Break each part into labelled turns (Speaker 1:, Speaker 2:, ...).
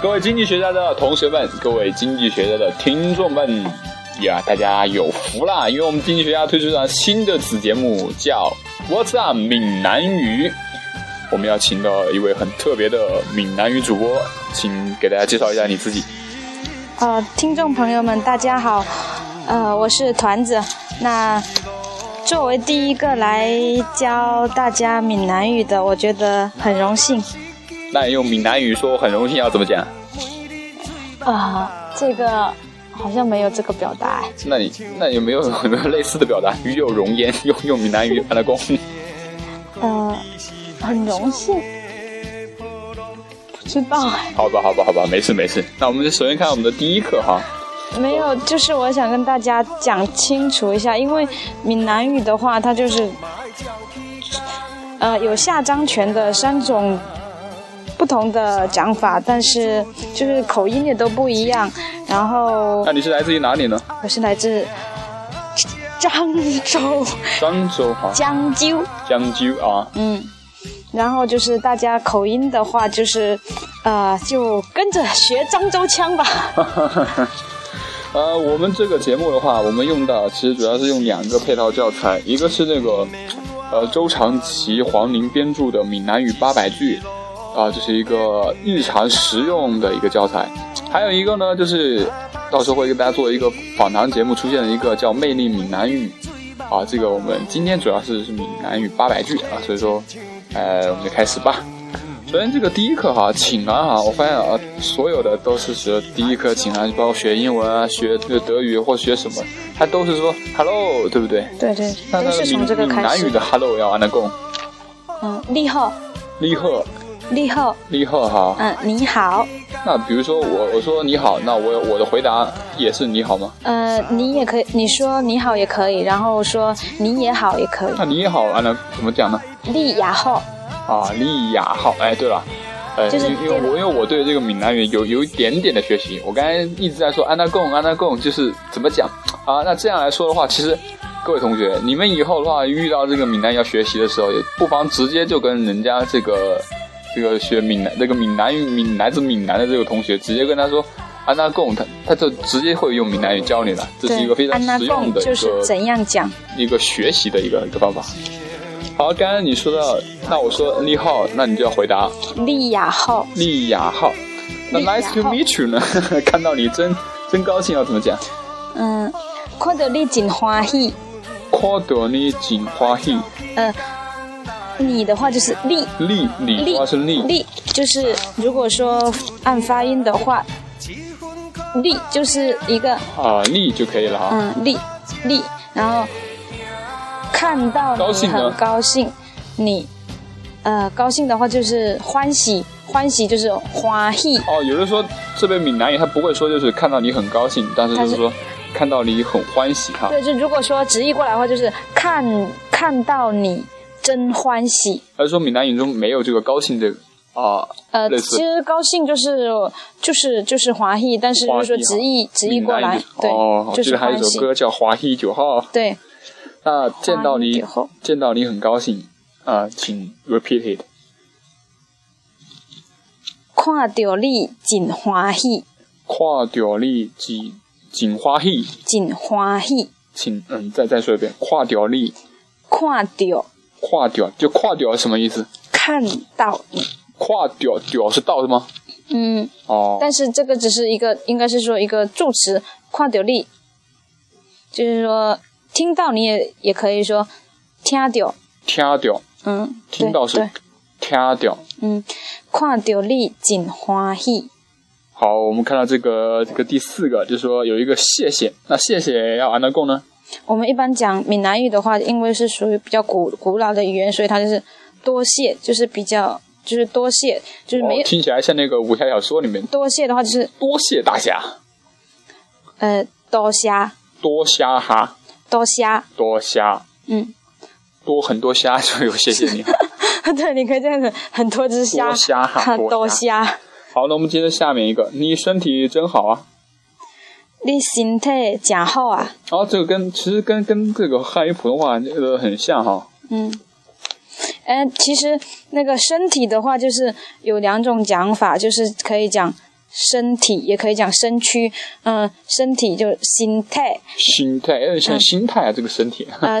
Speaker 1: 各位经济学家的同学们，各位经济学家的听众们，呀，大家有福啦！因为我们经济学家推出了新的子节目，叫《What's Up 闽南语》。我们要请到一位很特别的闽南语主播，请给大家介绍一下你自己。
Speaker 2: 呃，听众朋友们，大家好，呃，我是团子。那作为第一个来教大家闽南语的，我觉得很荣幸。
Speaker 1: 那用闽南语说“很荣幸”要怎么讲？
Speaker 2: 啊、这个好像没有这个表达哎。
Speaker 1: 那你那有没有很多类似的表达？与有容焉，用用闽南语翻了工。
Speaker 2: 呃，很荣幸，不知道哎，
Speaker 1: 好吧，好吧，好吧，没事没事。那我们就首先看我们的第一课哈。
Speaker 2: 没有，就是我想跟大家讲清楚一下，因为闽南语的话，它就是呃有下张权的三种不同的讲法，但是就是口音也都不一样。然后
Speaker 1: 那你是来自于哪里呢？
Speaker 2: 我是来自漳州
Speaker 1: 漳州哈，
Speaker 2: 江州。
Speaker 1: 江州啊，
Speaker 2: 嗯，然后就是大家口音的话，就是，呃，就跟着学漳州腔吧。
Speaker 1: 呃，我们这个节目的话，我们用的其实主要是用两个配套教材，一个是那个，呃，周长奇、黄宁编著的《闽南语八百句》，啊、这是一个日常实用的一个教材，还有一个呢，就是到时候会给大家做一个访谈节目，出现了一个叫《魅力闽南语》，啊，这个我们今天主要是是闽南语八百句啊，所以说，呃，我们就开始吧。首先，这个第一课哈，请啊哈，我发现啊，所有的都是学第一课请啊，包括学英文啊、学这个德语或学什么，它都是说 hello，对不对？
Speaker 2: 对对，
Speaker 1: 那
Speaker 2: 都
Speaker 1: 它的
Speaker 2: 是
Speaker 1: 闽
Speaker 2: 从这个
Speaker 1: 闽
Speaker 2: 开
Speaker 1: 南语
Speaker 2: 始。
Speaker 1: 的 hello 要按那共，
Speaker 2: 嗯，你好，
Speaker 1: 你好，
Speaker 2: 你好，
Speaker 1: 你好哈。
Speaker 2: 嗯，你好，
Speaker 1: 啊那比如说我我说你好，那我我的回答也是你好吗？
Speaker 2: 呃，你也可以，你说你好也可以，然后说你也好也可以。
Speaker 1: 那你好按那怎么讲呢？
Speaker 2: 你也好，
Speaker 1: 啊，利雅好，哎，对了，呃，
Speaker 2: 就是
Speaker 1: 因因为
Speaker 2: 对了
Speaker 1: 我因为我对这个闽南语有有一点点的学习，我刚才一直在说安娜贡安娜贡，就是怎么讲啊？那这样来说的话，其实各位同学，你们以后的话遇到这个闽南语要学习的时候，也不妨直接就跟人家这个这个学闽南这个闽南语闽来自闽南的这个同学，直接跟他说。安娜贡，他他就直接会用闽南语教你了，这是一个非
Speaker 2: 对，嗯
Speaker 1: 常
Speaker 2: 安娜
Speaker 1: 实用
Speaker 2: 贡
Speaker 1: 的一个
Speaker 2: 就是怎样讲？
Speaker 1: 一个学习的一个一个方法。好，刚刚你说到，那我说你好，那你就要回答
Speaker 2: 你也好，
Speaker 1: 利雅浩。那
Speaker 2: 利雅
Speaker 1: nice to
Speaker 2: 浩
Speaker 1: meet you 呢？ 看到你真真高兴，要怎么讲？
Speaker 2: 嗯，看到你真欢喜。
Speaker 1: 看到你真欢喜，
Speaker 2: 呃，你的话就是你。
Speaker 1: 利你
Speaker 2: 力
Speaker 1: 话是利，
Speaker 2: 力就是如果说按发音的话，力就是一个
Speaker 1: 啊利就可以了啊。
Speaker 2: 嗯力力，然后看到
Speaker 1: 高
Speaker 2: 你
Speaker 1: 兴呢
Speaker 2: 很高兴，你呃高兴的话就是欢喜，欢喜就是欢喜，
Speaker 1: 哦，有的说这边闽南语他不会说，就是看到你很高兴，但是就
Speaker 2: 但
Speaker 1: 是
Speaker 2: 是
Speaker 1: 说看到你很欢喜哈。
Speaker 2: 对，就如果说直译过来的话就是看看到你真欢喜。
Speaker 1: 还是说闽南语中没有这个高兴这个啊？
Speaker 2: 呃，
Speaker 1: 类似
Speaker 2: 其实高兴就是就是就是欢喜，但是如果说
Speaker 1: 欢喜哈
Speaker 2: 直译直译过
Speaker 1: 闽南
Speaker 2: 来
Speaker 1: 语，
Speaker 2: 对，
Speaker 1: 哦，我
Speaker 2: 就
Speaker 1: 记
Speaker 2: 是
Speaker 1: 得还有
Speaker 2: 欢
Speaker 1: 一
Speaker 2: 喜
Speaker 1: 首，歌叫《华西九号》。
Speaker 2: 对。
Speaker 1: 那见到
Speaker 2: 花一
Speaker 1: 你
Speaker 2: 点后，
Speaker 1: 见到你很高兴啊、呃请 repeat it。
Speaker 2: 看到你真欢喜，
Speaker 1: 看到你真真欢喜，
Speaker 2: 真欢喜。
Speaker 1: 请嗯，再再说一遍，看到你，
Speaker 2: 看到
Speaker 1: 看到就看到什么意思？
Speaker 2: 看到，
Speaker 1: 看到屌是到是吗？
Speaker 2: 嗯，
Speaker 1: 哦，
Speaker 2: 但是这个只是一个，应该是说一个助词。看到你，就是说听到你也也可以说听到，
Speaker 1: 听到
Speaker 2: 嗯，对
Speaker 1: 听到是
Speaker 2: 对，
Speaker 1: 听到。
Speaker 2: 嗯，看到你真欢喜。
Speaker 1: 好，我们看到这个这个第四个，就是说有一个谢谢，那谢谢要按哪供呢？
Speaker 2: 我们一般讲闽南语的话，因为是属于比较古古老的语言，所以它就是多谢，就是比较就是多谢，就是没
Speaker 1: 哦，
Speaker 2: 有、
Speaker 1: 听起来像那个武侠小说里面
Speaker 2: 多谢的话就是
Speaker 1: 多谢大侠，
Speaker 2: 呃多谢
Speaker 1: 多虾哈，
Speaker 2: 多谢，
Speaker 1: 多虾
Speaker 2: 嗯。
Speaker 1: 多很多虾就有谢谢你。
Speaker 2: 对，你可以这样子，很多只虾，
Speaker 1: 多虾哈多
Speaker 2: 多
Speaker 1: 虾
Speaker 2: 虾
Speaker 1: 好，那我们接着下面一个，你身体真好啊！
Speaker 2: 你身体真好啊，
Speaker 1: 然后哦这个跟其实跟跟这个汉语普通话这个很像哈，
Speaker 2: 嗯。呃，其实那个身体的话，就是有两种讲法，就是可以讲身体，也可以讲身躯，嗯、身体就心态，
Speaker 1: 心态有点
Speaker 2: 嗯
Speaker 1: 像心态啊，这个身体。
Speaker 2: 呃，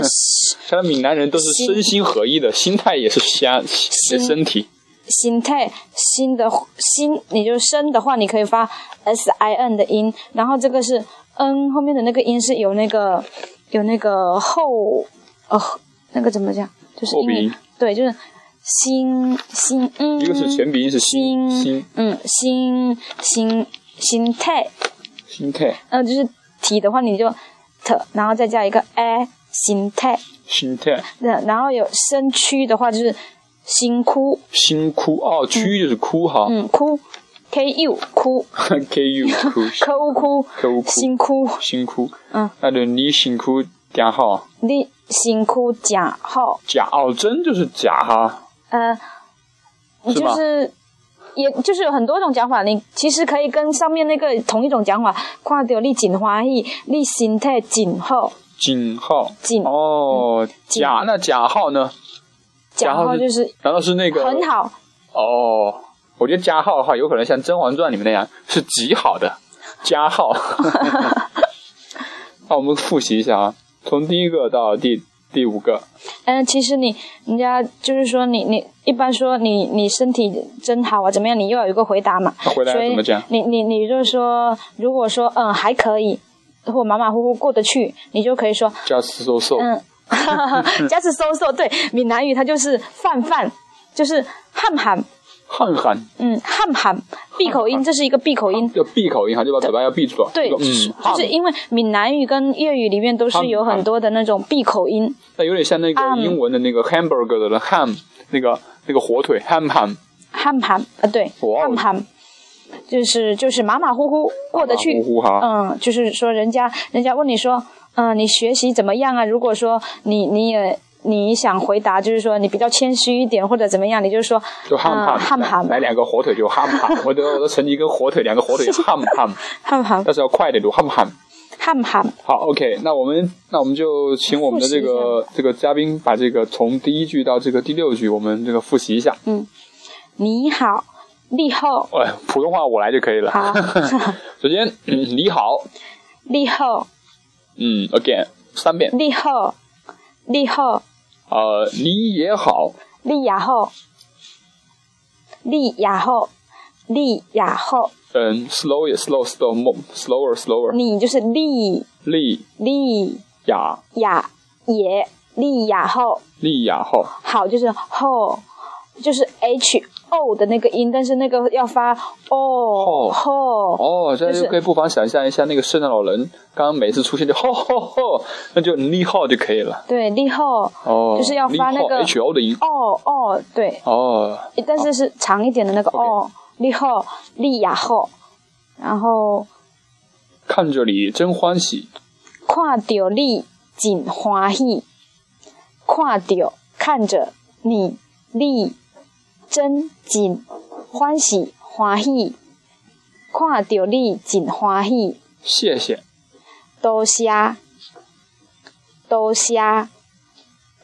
Speaker 1: 看来闽南人都是身心合一的，心态也是虾，
Speaker 2: 心
Speaker 1: 身体
Speaker 2: 心态心的心，你就生的话，你可以发 s i n 的音，然后这个是 n 后面的那个音是有那个有那个后呃那个怎么讲，就是
Speaker 1: 后鼻音
Speaker 2: 对，就是心心嗯，
Speaker 1: 一个是前鼻音是心
Speaker 2: 心
Speaker 1: 心
Speaker 2: 嗯心心心态，
Speaker 1: 心态
Speaker 2: 嗯、就是体的话你就 t，然后再加一个 i 心态，
Speaker 1: 心态
Speaker 2: 然然后有身躯的话就是心哭
Speaker 1: 心哭哦，区就是哭哈
Speaker 2: 嗯哭 k u 哭。
Speaker 1: ，K U 哭
Speaker 2: 可恶 哭，
Speaker 1: 可恶哭
Speaker 2: 辛苦，
Speaker 1: 心哭，
Speaker 2: 嗯，
Speaker 1: 那就你辛苦点好，
Speaker 2: 你辛苦假号，
Speaker 1: 假哦真就是假哈，
Speaker 2: 呃，
Speaker 1: 是
Speaker 2: 就
Speaker 1: 吗
Speaker 2: 是，也就是有很多种讲法，你其实可以跟上面那个同一种讲法，看到你真欢喜，你心态真好，
Speaker 1: 井号
Speaker 2: 井嗯
Speaker 1: 哦，
Speaker 2: 井
Speaker 1: 假那假号呢？
Speaker 2: 假
Speaker 1: 假
Speaker 2: 号
Speaker 1: 号是
Speaker 2: 就是
Speaker 1: 难道是那个
Speaker 2: 很好，
Speaker 1: 哦，我觉得加号的话，有可能像《甄嬛传》里面那样是极好 的加号。 那我们复习一下啊，从第一个到第第五个，
Speaker 2: 嗯，其实你人家就是说你你一般说你你身体真好啊，怎么样？你又要有一个回答嘛。
Speaker 1: 回答
Speaker 2: 所以
Speaker 1: 怎么讲
Speaker 2: 你你你就说，如果说嗯还可以，或马马虎虎过得去，你就可 以说
Speaker 1: 叫 so so，
Speaker 2: 嗯，加是搜搜，对，闽南语它就是泛泛，就是汉喊，
Speaker 1: 汉汉
Speaker 2: 嗯，汉喊，闭口音，这是一个闭口音。
Speaker 1: 要闭口音哈，就把嘴巴要闭住了。
Speaker 2: 对，
Speaker 1: 这个嗯
Speaker 2: 就是，就是因为闽南语跟粤语里面都是有很多的那种闭口音，
Speaker 1: 那有点像那个
Speaker 2: 嗯
Speaker 1: 英文的那个 hamburger 的那 ham，那个那个火腿 ham ham，
Speaker 2: 汉喊啊，对，
Speaker 1: 哇哦
Speaker 2: 汉喊，就是就是马马虎虎过得去，
Speaker 1: 马马虎虎哈
Speaker 2: 嗯，就是说人家人家问你说，嗯、你学习怎么样啊？如果说你你也你想回答，就是说你比较谦虚一点或者怎么样，你就说
Speaker 1: 就 ham
Speaker 2: 嗯
Speaker 1: ham，
Speaker 2: 汉喊
Speaker 1: 来两个火腿就 ham ham，我的 我的成绩跟火腿两个火腿 ham ham，
Speaker 2: 汉喊
Speaker 1: 但是要快点读 ham ham。
Speaker 2: 汉喊。
Speaker 1: 好，OK，那我们那我们就请我们的这个这个嘉宾把这个从第一句到这个第六句，我们这个复习一下。
Speaker 2: 你好，你好，
Speaker 1: 哎，普通话我来就可以了。
Speaker 2: 好
Speaker 1: 首先，嗯，你好，
Speaker 2: 你好，
Speaker 1: 嗯，again 三遍，
Speaker 2: 你好，你好，
Speaker 1: 呃，你也好，
Speaker 2: 你也好，你也好，你也好，
Speaker 1: 嗯，slow 也 slow slow more slower slower，
Speaker 2: 你就是你，
Speaker 1: 利
Speaker 2: 你
Speaker 1: 雅
Speaker 2: 也也，你也好，
Speaker 1: 利雅好，
Speaker 2: 好就是好，就是 h o 的那个音，但是那个要发
Speaker 1: 吼
Speaker 2: 哦吼，
Speaker 1: 哦，这
Speaker 2: 就是
Speaker 1: 就可以不妨想象一下那个圣诞老人，刚刚每次出现就 吼吼吼，那就你好就可以了。
Speaker 2: 对，你好，
Speaker 1: 哦，
Speaker 2: 就是要发那个
Speaker 1: H O 的音。
Speaker 2: 哦哦，对，
Speaker 1: 哦，
Speaker 2: 但是是长一点的那个
Speaker 1: OK
Speaker 2: 哦，你好，你也好，然后。
Speaker 1: 看着你真欢喜，
Speaker 2: 看到你真欢喜，看到看着你，你真真欢喜欢喜，看到你真欢喜，
Speaker 1: 谢谢。
Speaker 2: 多谢多谢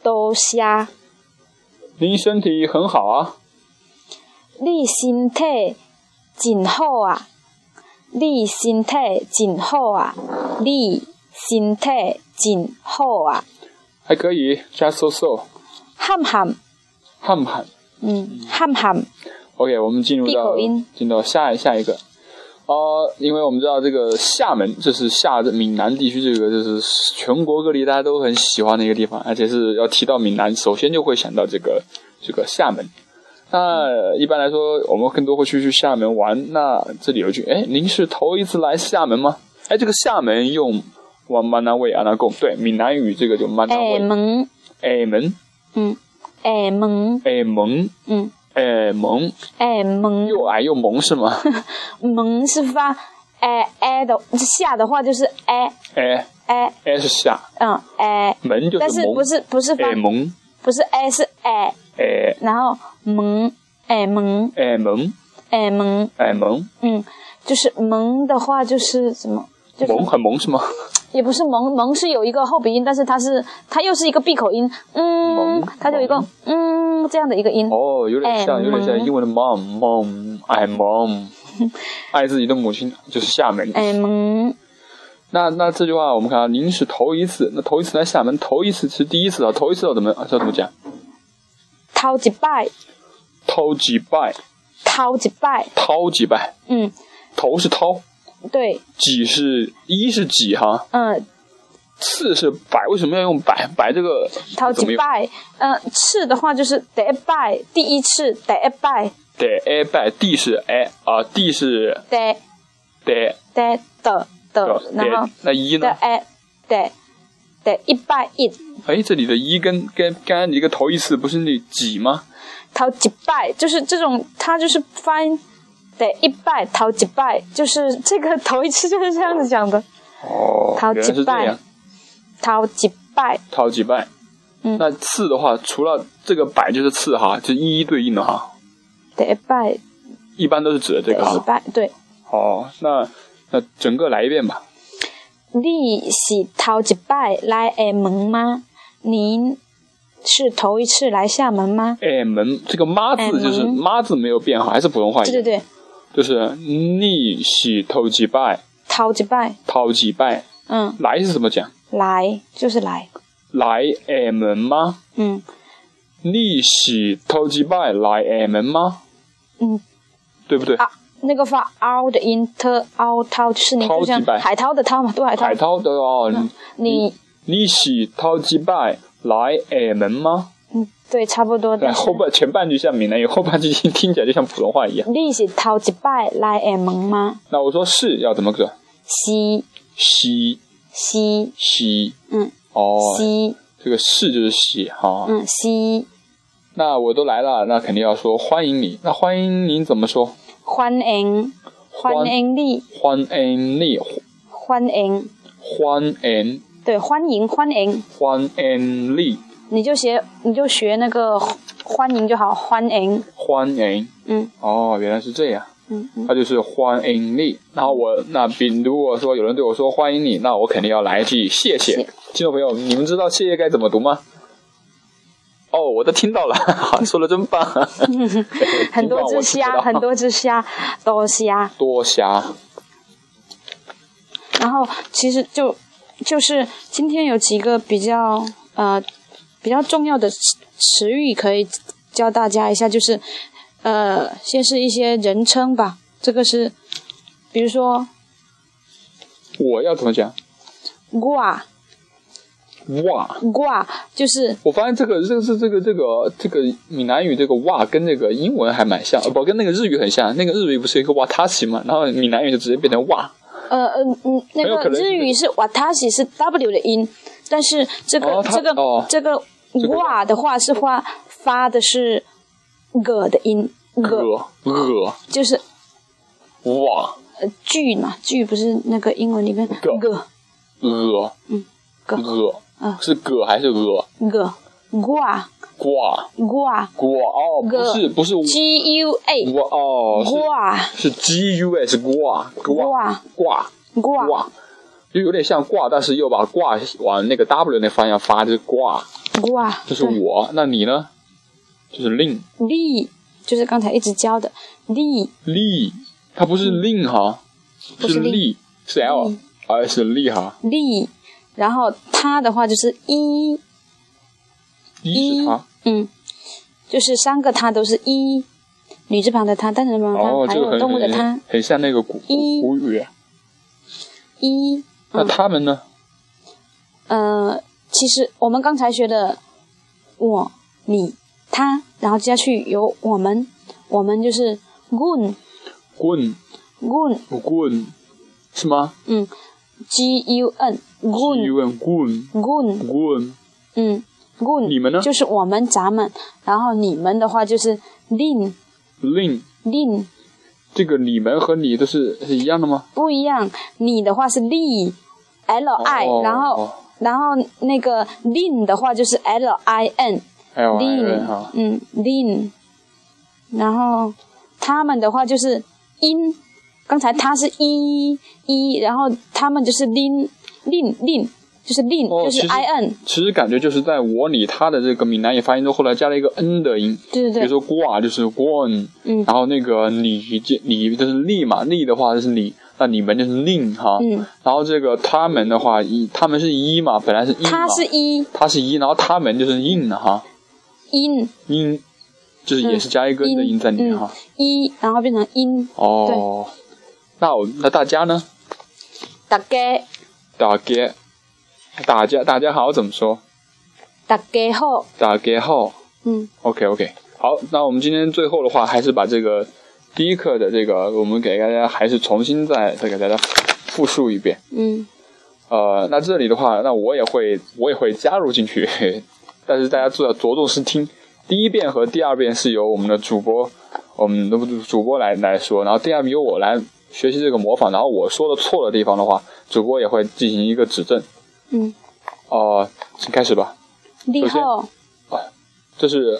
Speaker 2: 多谢，
Speaker 1: 您身体很好啊，
Speaker 2: 你身体真好啊，你身体真好啊，你身体真好啊，
Speaker 1: 还可以，just so so，
Speaker 2: 喊喊，
Speaker 1: 汉不汉
Speaker 2: 嗯，喊喊。
Speaker 1: ？OK，我们进入
Speaker 2: 闭
Speaker 1: 到
Speaker 2: 口音
Speaker 1: 进到下一下一个。呃，因为我们知道这个厦门，这是厦闽南地区这个就是全国各地大家都很喜欢的一个地方，而且是要提到闽南，首先就会想到这个这个厦门。那一般来说，我们更多会去去厦门玩。那这里有一句，哎，您是头一次来厦门吗？哎，这个厦门用哇闽南语啊，那贡对闽南语这个就闽南
Speaker 2: 厦
Speaker 1: 语，
Speaker 2: 门，
Speaker 1: 哎门
Speaker 2: 嗯，厦门，
Speaker 1: 哎萌
Speaker 2: 嗯，
Speaker 1: 哎萌，
Speaker 2: 厦门，
Speaker 1: 又矮又萌是吗？
Speaker 2: 门是发哎哎的下的话就是哎
Speaker 1: 哎
Speaker 2: 哎，
Speaker 1: 哎是下
Speaker 2: 嗯哎，
Speaker 1: 门就
Speaker 2: 但是
Speaker 1: 萌，
Speaker 2: 不是不是发
Speaker 1: 哎萌
Speaker 2: 不是哎是哎，
Speaker 1: 哎
Speaker 2: 然后门哎门
Speaker 1: 哎萌
Speaker 2: 哎门，
Speaker 1: 哎萌
Speaker 2: 嗯，就是门的话就是什么？就是
Speaker 1: 萌很萌是吗？
Speaker 2: 也不是萌萌是有一个后鼻音，但是它是它又是一个闭口音，嗯
Speaker 1: 萌，
Speaker 2: 它就有一个
Speaker 1: 萌
Speaker 2: 嗯这样的一个音，
Speaker 1: 哦，有点像，
Speaker 2: 哎
Speaker 1: 有点像
Speaker 2: 萌
Speaker 1: 英文的 mom mom 哎 mom 爱自己的母亲就是厦门。
Speaker 2: 哎蒙，
Speaker 1: 那那这句话我们看啊，您是头一次，那头一次来厦门，头一次是第一次啊，头一次要怎么要怎么讲？
Speaker 2: 掏几拜，
Speaker 1: 掏几拜，
Speaker 2: 掏几拜，
Speaker 1: 掏几拜，
Speaker 2: 嗯，
Speaker 1: 头是掏，
Speaker 2: 对，
Speaker 1: 几是一是几哈，
Speaker 2: 嗯，
Speaker 1: 次是百，为什么要用百？百这个
Speaker 2: 掏
Speaker 1: 怎么
Speaker 2: 几
Speaker 1: 用？
Speaker 2: 拜，嗯，次的话就是第一拜，第一次第一拜，
Speaker 1: 得 a 拜，d 是 a 啊，d 是
Speaker 2: 第
Speaker 1: 得
Speaker 2: 第的的，然
Speaker 1: 得，
Speaker 2: 后
Speaker 1: 呃那哦一嗯
Speaker 2: 的
Speaker 1: 呢？
Speaker 2: 哎的的一拜一，
Speaker 1: 哎，这里的一跟跟刚刚你一个头一次不是那几吗？
Speaker 2: 掏几拜，就是这种，它就是发音得一拜掏几拜，就是这个头一次就是这样子讲的，
Speaker 1: 哦，
Speaker 2: 掏
Speaker 1: 原来
Speaker 2: 几
Speaker 1: 是这
Speaker 2: 拜
Speaker 1: 样，，
Speaker 2: 掏几拜，
Speaker 1: 掏几拜。
Speaker 2: 嗯
Speaker 1: 那次的话，除了这个百就是次哈，就一一对应的哈，
Speaker 2: 得一拜
Speaker 1: 一般都是指的这
Speaker 2: 得
Speaker 1: 个
Speaker 2: 一
Speaker 1: 哈。
Speaker 2: 拜，对，
Speaker 1: 哦，那那整个来一遍吧。
Speaker 2: 你是头一拜来厦门吗？您是头一次来厦门吗？
Speaker 1: 哎，门这个妈字就是
Speaker 2: 哎门
Speaker 1: 妈字没有变哈，还是普通话一
Speaker 2: 对
Speaker 1: 样
Speaker 2: 对，对，
Speaker 1: 就是你是头几拜，
Speaker 2: 头一拜，
Speaker 1: 掏几拜，
Speaker 2: 嗯，
Speaker 1: 来是怎么讲？
Speaker 2: 来就是来，
Speaker 1: 来哎门吗？
Speaker 2: 嗯
Speaker 1: 你是头几拜来哎门吗？
Speaker 2: 嗯
Speaker 1: 对不对？
Speaker 2: 啊，那个发凹的音特凹涛，就是你
Speaker 1: 掏几
Speaker 2: 就像
Speaker 1: 拜
Speaker 2: 海涛的涛嘛，对海涛
Speaker 1: 海，涛的
Speaker 2: 嗯
Speaker 1: 哦，
Speaker 2: 你
Speaker 1: 你是头几拜来哎门吗？
Speaker 2: 嗯对，差不多。
Speaker 1: 对，
Speaker 2: 但是
Speaker 1: 后半前半句像闽南语，后半句听听起来就像普通话一样。
Speaker 2: 你是头一拜来厦门吗？
Speaker 1: 那我说是要怎么讲？
Speaker 2: 是
Speaker 1: 西
Speaker 2: 是，
Speaker 1: 西
Speaker 2: 嗯
Speaker 1: 哦，
Speaker 2: 是
Speaker 1: 这个是就是西哈。
Speaker 2: 嗯是，
Speaker 1: 那我都来了，那肯定要说欢迎你。那欢迎您怎么说？
Speaker 2: 欢迎欢迎你
Speaker 1: 欢迎你，
Speaker 2: 欢迎，
Speaker 1: 欢迎
Speaker 2: 对欢迎欢迎。
Speaker 1: 欢迎你，
Speaker 2: 你就学你就学那个欢迎就好，欢迎，
Speaker 1: 欢迎。
Speaker 2: 嗯
Speaker 1: 哦，原来是这样。
Speaker 2: 嗯嗯，
Speaker 1: 他就是欢迎你。然后我那比如果说有人对我说欢迎你，那我肯定要来一句谢谢
Speaker 2: 谢。
Speaker 1: 听众朋友，你们知道谢谢该怎么读吗？哦，我都听到了， 说的真棒。
Speaker 2: 很多只虾，很多只虾，多虾。
Speaker 1: 多虾。
Speaker 2: 然后其实就就是今天有几个比较呃比较重要的词词语可以教大家一下，就是呃先是一些人称吧，这个是比如说
Speaker 1: 我要怎么讲？
Speaker 2: 挂
Speaker 1: 哇！
Speaker 2: 挂，就是
Speaker 1: 我发现这个这个是这个这个这个闽南语这个哇跟那个英文还蛮像，呃不跟那个日语很像。那个日语不是有一个哇他西嘛，然后闽南语就直接变成哇。
Speaker 2: 呃呃嗯，那
Speaker 1: 很有
Speaker 2: 个
Speaker 1: 可能
Speaker 2: 日语是 watashi 是 w 的音，但是这个、
Speaker 1: 哦它
Speaker 2: 这个、
Speaker 1: 哦
Speaker 2: 这个
Speaker 1: 个
Speaker 2: 哇的话是发发的是个的音，个
Speaker 1: 呃呃
Speaker 2: 就是
Speaker 1: 哇
Speaker 2: 呃句嘛，句不是那个英文里面
Speaker 1: 个
Speaker 2: 个
Speaker 1: 呃
Speaker 2: 嗯个
Speaker 1: 呃
Speaker 2: 嗯
Speaker 1: 是个还是呃？
Speaker 2: 个挂
Speaker 1: 瓜
Speaker 2: 挂
Speaker 1: 瓜哦，不
Speaker 2: 个
Speaker 1: 是不是
Speaker 2: g u a
Speaker 1: 瓜哦，
Speaker 2: 挂
Speaker 1: 是是 G U S 瓜瓜
Speaker 2: 挂
Speaker 1: 挂
Speaker 2: 挂
Speaker 1: 挂，就有点像挂，但是又把挂往那个 W 那方向发，就是挂，
Speaker 2: 挂，
Speaker 1: 这是
Speaker 2: 对
Speaker 1: 我。那你呢？就是令
Speaker 2: 力就是刚才一直教的力
Speaker 1: 力，它不是令哈，
Speaker 2: 嗯不是
Speaker 1: 是
Speaker 2: 令
Speaker 1: 力，是 L
Speaker 2: 嗯
Speaker 1: 而是力哈，
Speaker 2: 力，然后它的话就是一。
Speaker 1: 一是它。
Speaker 2: 嗯，就是三个它都是一，女字旁的它，单人旁的它，
Speaker 1: 哦，
Speaker 2: 还
Speaker 1: 这个
Speaker 2: 有
Speaker 1: 很
Speaker 2: 动物的它
Speaker 1: 很，很像那个古
Speaker 2: 一嗯
Speaker 1: 古语。
Speaker 2: 一。
Speaker 1: 那
Speaker 2: 嗯
Speaker 1: 他们呢？
Speaker 2: 呃，其实我们刚才学的我、你、他，然后接下去有我们，我们就是棍
Speaker 1: 棍
Speaker 2: 棍，
Speaker 1: 棍是吗？
Speaker 2: 嗯，g u n
Speaker 1: 疑
Speaker 2: 棍
Speaker 1: 问棍
Speaker 2: 棍，
Speaker 1: 棍。
Speaker 2: 嗯棍。
Speaker 1: 你们呢
Speaker 2: 就是我们咱们，然后你们的话就是令
Speaker 1: 令
Speaker 2: 令
Speaker 1: 这个你们和你都是是一样的吗？
Speaker 2: 不一样，你的话是利 L I，、
Speaker 1: 哦
Speaker 2: 然后、
Speaker 1: 哦
Speaker 2: 然后那个 lin 的话就是 L I N
Speaker 1: 还有
Speaker 2: lin，
Speaker 1: 哎哈，
Speaker 2: 嗯 lin，然后他们的话就是 in，刚才他是一一，然后他们就是 lin lin lin，就是 lin，、
Speaker 1: 哦
Speaker 2: 就是
Speaker 1: 其实
Speaker 2: i n，
Speaker 1: 其实感觉就是在我里他的这个闽南语发音中，后来加了一个 n 的音。
Speaker 2: 对
Speaker 1: 比如
Speaker 2: 对对，
Speaker 1: 说锅啊，就是锅嗯，
Speaker 2: 嗯
Speaker 1: 然后那个你这你就是力嘛，力的话就是你，那你们就是令哈，
Speaker 2: 嗯，
Speaker 1: 然后这个他们的话一，他们是一嘛，本来是一嘛，
Speaker 2: 它是一
Speaker 1: 他是一，然后他们就是印哈，
Speaker 2: in
Speaker 1: 音就是
Speaker 2: 嗯
Speaker 1: 也是加一个 n 的音在里面哈。
Speaker 2: 一，然后变成 in
Speaker 1: 哦，那我那大家呢？
Speaker 2: 大家
Speaker 1: 大家，大家大家好怎么说？
Speaker 2: 大家好，
Speaker 1: 大家好。
Speaker 2: 嗯
Speaker 1: OK OK，好，那我们今天最后的话，还是把这个第一课的这个，我们给大家还是重新再再给大家复述一遍。
Speaker 2: 嗯
Speaker 1: 呃，那这里的话，那我也会我也会加入进去， 但是大家做着重是听第一遍和第二遍是由我们的主播，我们的主播来来说，然后第二遍由我来学习这个模仿，然后我说的错的地方的话，主播也会进行一个指正。
Speaker 2: 嗯，
Speaker 1: 呃，请开始吧。
Speaker 2: 你好，
Speaker 1: 这是，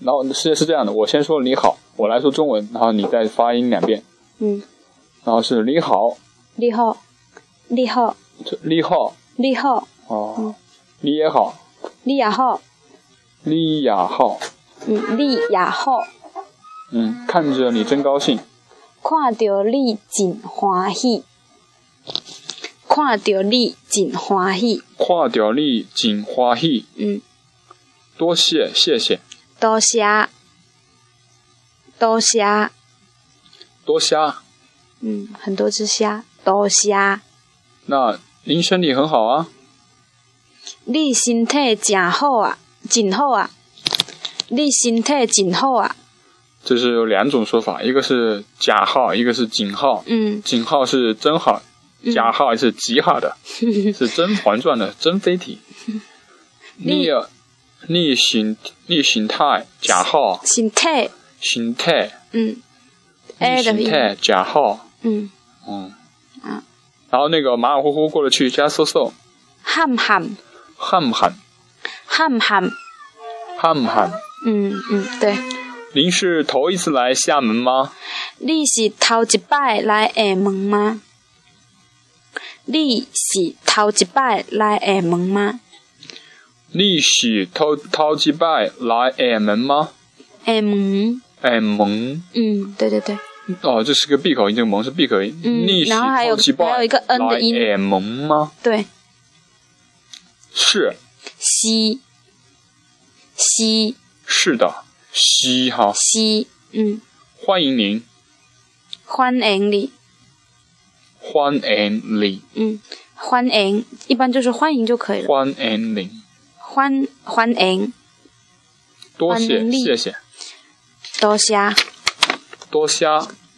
Speaker 1: 然后是是这样的，我先说你好，我来说中文，然后你再发音两遍，
Speaker 2: 嗯
Speaker 1: 然后是你好，
Speaker 2: 你好，你好，
Speaker 1: 这你好
Speaker 2: 你好，
Speaker 1: 哦，你也好，
Speaker 2: 你也好，
Speaker 1: 你也好，
Speaker 2: 嗯你也好，
Speaker 1: 嗯，看着你真高兴，
Speaker 2: 看到你真欢喜，看到你真欢喜，
Speaker 1: 看到你真欢喜，
Speaker 2: 嗯。
Speaker 1: 多谢谢谢，
Speaker 2: 多谢，多谢，
Speaker 1: 多谢。
Speaker 2: 嗯，很多只虾，多谢。
Speaker 1: 那您身体很好啊，
Speaker 2: 你身体真好啊，真好啊！你身体真好啊！
Speaker 1: 这是有两种说法，一个是假号，一个是井号，
Speaker 2: 嗯，
Speaker 1: 井号是真号，假号是极号的。是《甄嬛传》的珍妃 体。你你形你形态假号，
Speaker 2: 身体，
Speaker 1: 形态
Speaker 2: 嗯哎
Speaker 1: 你形态假号，
Speaker 2: 嗯，
Speaker 1: 嗯。
Speaker 2: 啊
Speaker 1: 然后那个马马虎虎过得去加嗖嗖，
Speaker 2: 憨憨
Speaker 1: 憨憨
Speaker 2: 憨憨，
Speaker 1: 憨憨。
Speaker 2: 嗯嗯，对。
Speaker 1: 您是头一次来厦门吗？
Speaker 2: 你是头一摆来厦门吗？你是头一摆来厦门吗？
Speaker 1: 你是头头几摆来厦门吗？
Speaker 2: 厦门，
Speaker 1: 厦门
Speaker 2: 嗯，对对对，
Speaker 1: 哦，这是个闭口音，这个“蒙”是闭口音。
Speaker 2: 嗯
Speaker 1: 你是
Speaker 2: 然后还有
Speaker 1: 头几摆
Speaker 2: 还有一个 “n” 的音
Speaker 1: 来厦门吗？
Speaker 2: 对。
Speaker 1: 是
Speaker 2: 西西
Speaker 1: 是的，西哈，
Speaker 2: 西，嗯，
Speaker 1: 欢迎您。
Speaker 2: 欢迎你，
Speaker 1: 欢迎你，
Speaker 2: 嗯，欢迎，一般就是欢迎就可以了。
Speaker 1: 欢迎你，
Speaker 2: 欢欢迎，
Speaker 1: 多
Speaker 2: 欢
Speaker 1: 谢，
Speaker 2: 迎你
Speaker 1: 谢谢，
Speaker 2: 多谢，啊
Speaker 1: 多谢。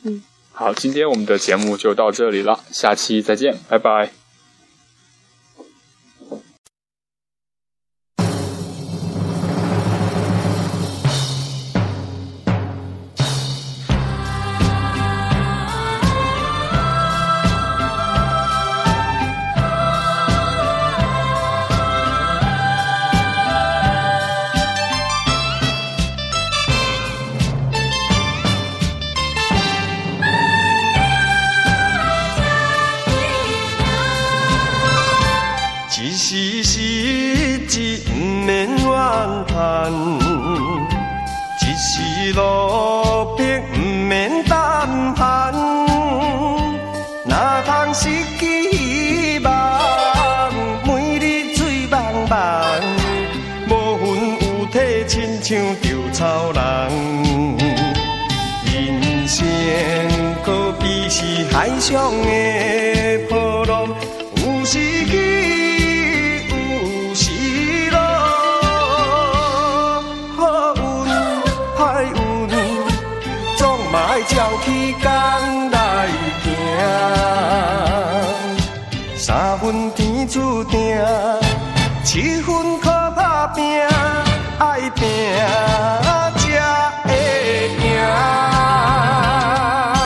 Speaker 2: 嗯，
Speaker 1: 好，今天我们的节目就到这里了，下期再见，拜拜。
Speaker 3: 一时失志，毋免怨叹；一时落魄，毋免胆寒。哪通失去希望？每日醉茫茫，无魂有体，亲像稻草人。人生可比是海上的波浪，有时起，有时落。好运歹运，总嘛要照起工来行。三分天注定，七分靠打拼，爱拼。